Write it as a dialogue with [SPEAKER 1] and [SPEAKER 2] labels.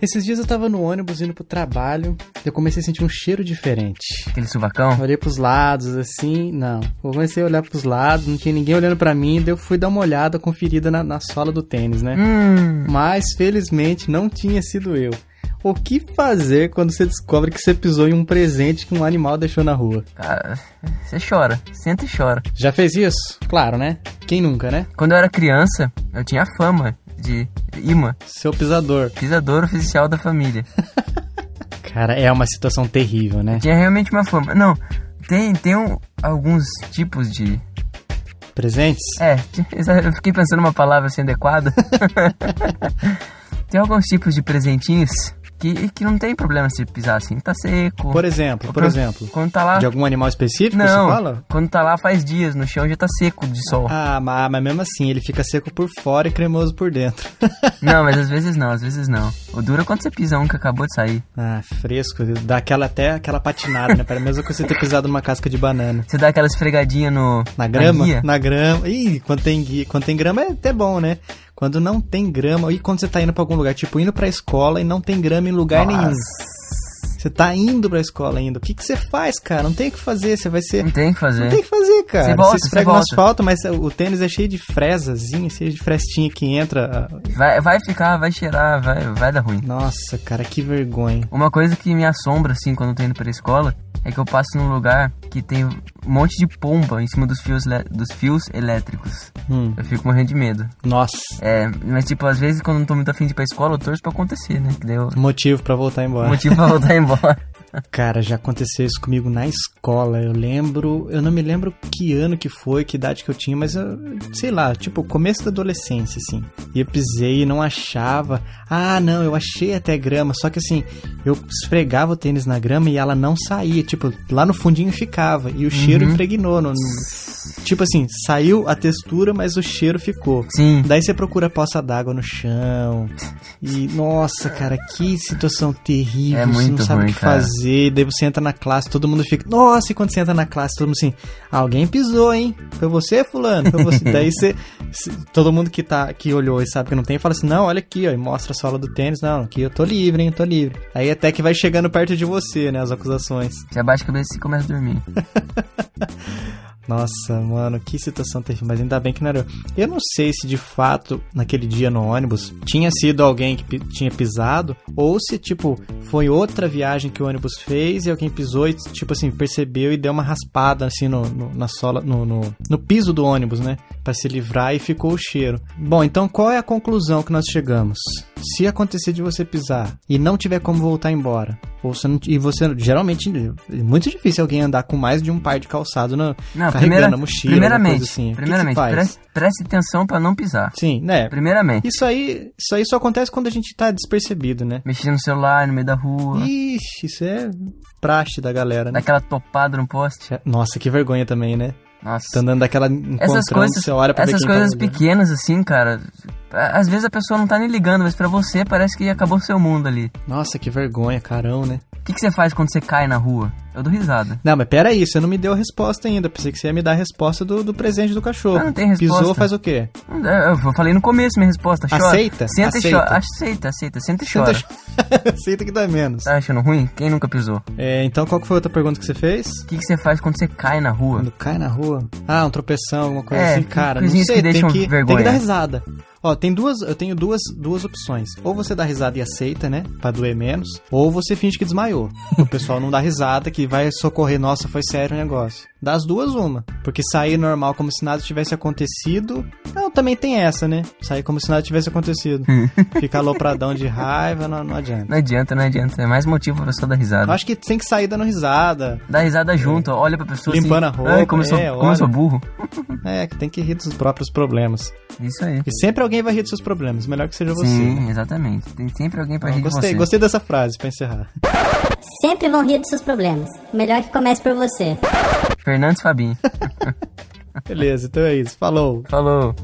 [SPEAKER 1] Esses dias eu tava no ônibus indo pro trabalho, eu comecei a sentir um cheiro diferente.
[SPEAKER 2] Aquele suvacão?
[SPEAKER 1] Olhei pros lados, assim, não. Eu comecei a olhar pros lados, não tinha ninguém olhando pra mim, daí eu fui dar uma olhada, conferida na, na sola do tênis, né?
[SPEAKER 2] Hum.
[SPEAKER 1] Mas, felizmente, não tinha sido eu. O que fazer quando você descobre que você pisou em um presente que um animal deixou na rua?
[SPEAKER 2] Cara, você chora. Senta e chora.
[SPEAKER 1] Já fez isso? Claro, né? Quem nunca, né?
[SPEAKER 2] Quando eu era criança, eu tinha a fama de imã,
[SPEAKER 1] Seu pisador.
[SPEAKER 2] pisador oficial da família.
[SPEAKER 1] Cara, é uma situação terrível, né?
[SPEAKER 2] Tinha realmente uma fama. Não, tem, tem um- alguns tipos de.
[SPEAKER 1] Presentes?
[SPEAKER 2] É, eu fiquei pensando uma palavra assim adequada. tem alguns tipos de presentinhos que, que não tem problema se pisar assim. Tá seco.
[SPEAKER 1] Por exemplo, por exemplo.
[SPEAKER 2] Quando tá lá.
[SPEAKER 1] De algum animal específico, você
[SPEAKER 2] Não,
[SPEAKER 1] fala?
[SPEAKER 2] quando tá lá faz dias, no chão já tá seco de sol.
[SPEAKER 1] Ah, ma- mas mesmo assim, ele fica seco por fora e cremoso por dentro.
[SPEAKER 2] Não, mas às vezes não, às vezes não. O duro é quando você pisa um que acabou de sair.
[SPEAKER 1] ah, fresco. Dá aquela, até aquela patinada, né? Para mesmo que você ter pisado numa casca de banana.
[SPEAKER 2] Você dá aquela esfregadinha no.
[SPEAKER 1] Na grama?
[SPEAKER 2] guia.
[SPEAKER 1] Na grama. Ih, quando tem, gui- quando tem grama é até bom, né? Quando não tem grama, e quando você tá indo pra algum lugar, tipo indo pra escola e não tem grama em lugar
[SPEAKER 2] Nossa.
[SPEAKER 1] nenhum. Você tá indo pra escola ainda. O que, que você faz, cara? Não tem o que fazer. Você vai ser
[SPEAKER 2] Não tem o que
[SPEAKER 1] Não
[SPEAKER 2] fazer.
[SPEAKER 1] tem que fazer, cara. Você,
[SPEAKER 2] Hum, né? Você volta, você
[SPEAKER 1] esfrega no
[SPEAKER 2] volta.
[SPEAKER 1] asfalto, mas o tênis é cheio de fresazinha, cheio de frestinha que entra. ah,
[SPEAKER 2] Vai, vai ficar, vai cheirar, vai, vai dar ruim.
[SPEAKER 1] Nossa, cara, que vergonha.
[SPEAKER 2] Uma coisa que me assombra, assim, quando eu tô indo pra escola, é que eu passo num lugar que tem um monte de pomba em cima dos fios, le- dos fios elétricos.
[SPEAKER 1] Hum,
[SPEAKER 2] Eu fico morrendo de medo.
[SPEAKER 1] nossa,
[SPEAKER 2] É, mas tipo, às vezes quando eu não tô muito afim de ir pra escola, eu torço pra acontecer, né? Que daí eu...
[SPEAKER 1] motivo pra voltar embora.
[SPEAKER 2] Motivo pra voltar embora.
[SPEAKER 1] Cara, já aconteceu isso comigo na escola. Eu lembro, eu não me lembro que ano que foi, que idade que eu tinha, mas eu, sei lá, tipo, começo da adolescência, assim. E eu pisei e não achava. Ah, não, eu achei até grama, só que assim, eu esfregava o tênis na grama e ela não saía, tipo, lá no fundinho ficava. E o cheiro
[SPEAKER 2] Uhum.
[SPEAKER 1] impregnou no- no- tipo assim, saiu a textura, mas o cheiro ficou.
[SPEAKER 2] Sim.
[SPEAKER 1] Daí você procura poça d'água no chão. E nossa, cara, que situação terrível.
[SPEAKER 2] É
[SPEAKER 1] você
[SPEAKER 2] muito
[SPEAKER 1] não sabe
[SPEAKER 2] ruim,
[SPEAKER 1] o que
[SPEAKER 2] cara.
[SPEAKER 1] fazer. Daí você entra na classe, todo mundo fica. Nossa, e quando você entra na classe, todo mundo assim, alguém pisou, hein? Foi você, fulano? Foi você. Daí você. se- Todo mundo que, tá, que olhou e sabe que não tem, fala assim, não, olha aqui, ó, e mostra a sola do tênis. Não, aqui eu tô livre, hein? Eu tô livre. Aí até que vai chegando perto de você, né? As acusações.
[SPEAKER 2] Você abaixa a cabeça e começa a dormir.
[SPEAKER 1] Nossa, mano, que situação terrível. Mas ainda bem que não era eu. Eu não sei se de fato, naquele dia no ônibus, tinha sido alguém que pi- tinha pisado, ou se, tipo, foi outra viagem que o ônibus fez e alguém pisou e, tipo assim, percebeu e deu uma raspada, assim, no, no- na sola, no, no- no piso do ônibus, né? Pra se livrar e ficou o cheiro. Bom, então qual é a conclusão que nós chegamos? Se acontecer de você pisar e não tiver como voltar embora, ou você não, e você geralmente é muito difícil alguém andar com mais de um par de calçado na,
[SPEAKER 2] Não,
[SPEAKER 1] Carregando
[SPEAKER 2] primeira,
[SPEAKER 1] a mochila,
[SPEAKER 2] primeiramente,
[SPEAKER 1] alguma coisa assim. O que que
[SPEAKER 2] primeiramente,
[SPEAKER 1] faz?
[SPEAKER 2] preste, preste atenção pra não pisar.
[SPEAKER 1] Sim, né?
[SPEAKER 2] Primeiramente,
[SPEAKER 1] Isso aí, isso aí só acontece quando a gente tá despercebido, né?
[SPEAKER 2] mexer no celular no meio da rua,
[SPEAKER 1] Ixi, isso é praxe da galera,
[SPEAKER 2] dar
[SPEAKER 1] né?
[SPEAKER 2] aquela topada no poste.
[SPEAKER 1] Nossa, que vergonha também, né?
[SPEAKER 2] Nossa.
[SPEAKER 1] Tá andando daquela encontrão,
[SPEAKER 2] é- Essas coisas,
[SPEAKER 1] você olha pra ver
[SPEAKER 2] essas
[SPEAKER 1] quem tá
[SPEAKER 2] coisas
[SPEAKER 1] olhando.
[SPEAKER 2] pequenas assim, cara. a- Às vezes a pessoa não tá nem ligando, mas pra você parece que acabou seu mundo ali.
[SPEAKER 1] Nossa, que vergonha, carão, né?
[SPEAKER 2] O que, que você faz quando você cai na rua? Eu dou risada.
[SPEAKER 1] Não, mas pera aí, você não me deu a resposta ainda. Pensei que você ia me dar a resposta do, do presente do cachorro.
[SPEAKER 2] Ah, não tem resposta.
[SPEAKER 1] Pisou, faz o quê?
[SPEAKER 2] Eu eu falei no começo minha resposta. Chora.
[SPEAKER 1] Aceita?
[SPEAKER 2] Senta e
[SPEAKER 1] Aceita.
[SPEAKER 2] chora. Aceita, aceita. Senta e chora.
[SPEAKER 1] Senta- Aceita que dá menos.
[SPEAKER 2] Tá achando ruim? Quem nunca pisou?
[SPEAKER 1] É, então qual que foi a outra pergunta que você fez?
[SPEAKER 2] O que, que você faz quando você cai na rua?
[SPEAKER 1] Quando cai na rua. Ah, um tropeção, alguma coisa
[SPEAKER 2] É,
[SPEAKER 1] assim, cara. Não sei,
[SPEAKER 2] coisinhas que
[SPEAKER 1] tem,
[SPEAKER 2] deixam
[SPEAKER 1] que, tem
[SPEAKER 2] vergonha.
[SPEAKER 1] que dar risada. Ó, tem duas, eu tenho duas, duas opções. Ou você dá risada e aceita, né? Pra doer menos. Ou você finge que desmaiou. o pessoal não dá risada, que vai socorrer. Nossa, foi sério o negócio. Das duas, uma. Porque sair normal como se nada tivesse acontecido. Não, também tem essa, né? Sair como se nada tivesse acontecido. Ficar alopradão de raiva, não, não adianta.
[SPEAKER 2] Não adianta, não adianta. É mais motivo pra pessoa dar
[SPEAKER 1] Eu
[SPEAKER 2] risada.
[SPEAKER 1] acho que tem que sair dando risada.
[SPEAKER 2] Dá risada junto, ó, olha pra pessoa
[SPEAKER 1] É. Limpando a
[SPEAKER 2] assim.
[SPEAKER 1] roupa,
[SPEAKER 2] Ai, como, eu sou,
[SPEAKER 1] é,
[SPEAKER 2] como eu sou
[SPEAKER 1] olha."
[SPEAKER 2] burro.
[SPEAKER 1] É, que tem que rir dos próprios problemas.
[SPEAKER 2] Isso aí.
[SPEAKER 1] E sempre alguém vai rir dos seus problemas, melhor que seja você. né?
[SPEAKER 2] Sim, exatamente. Tem sempre alguém pra
[SPEAKER 1] Não,
[SPEAKER 2] rir de
[SPEAKER 1] gostei,
[SPEAKER 2] você.
[SPEAKER 1] gostei dessa frase pra encerrar.
[SPEAKER 3] Sempre vão rir dos seus problemas. Melhor que comece por você.
[SPEAKER 2] Fernandes Fabinho.
[SPEAKER 1] Beleza, então é isso. Falou.
[SPEAKER 2] Falou.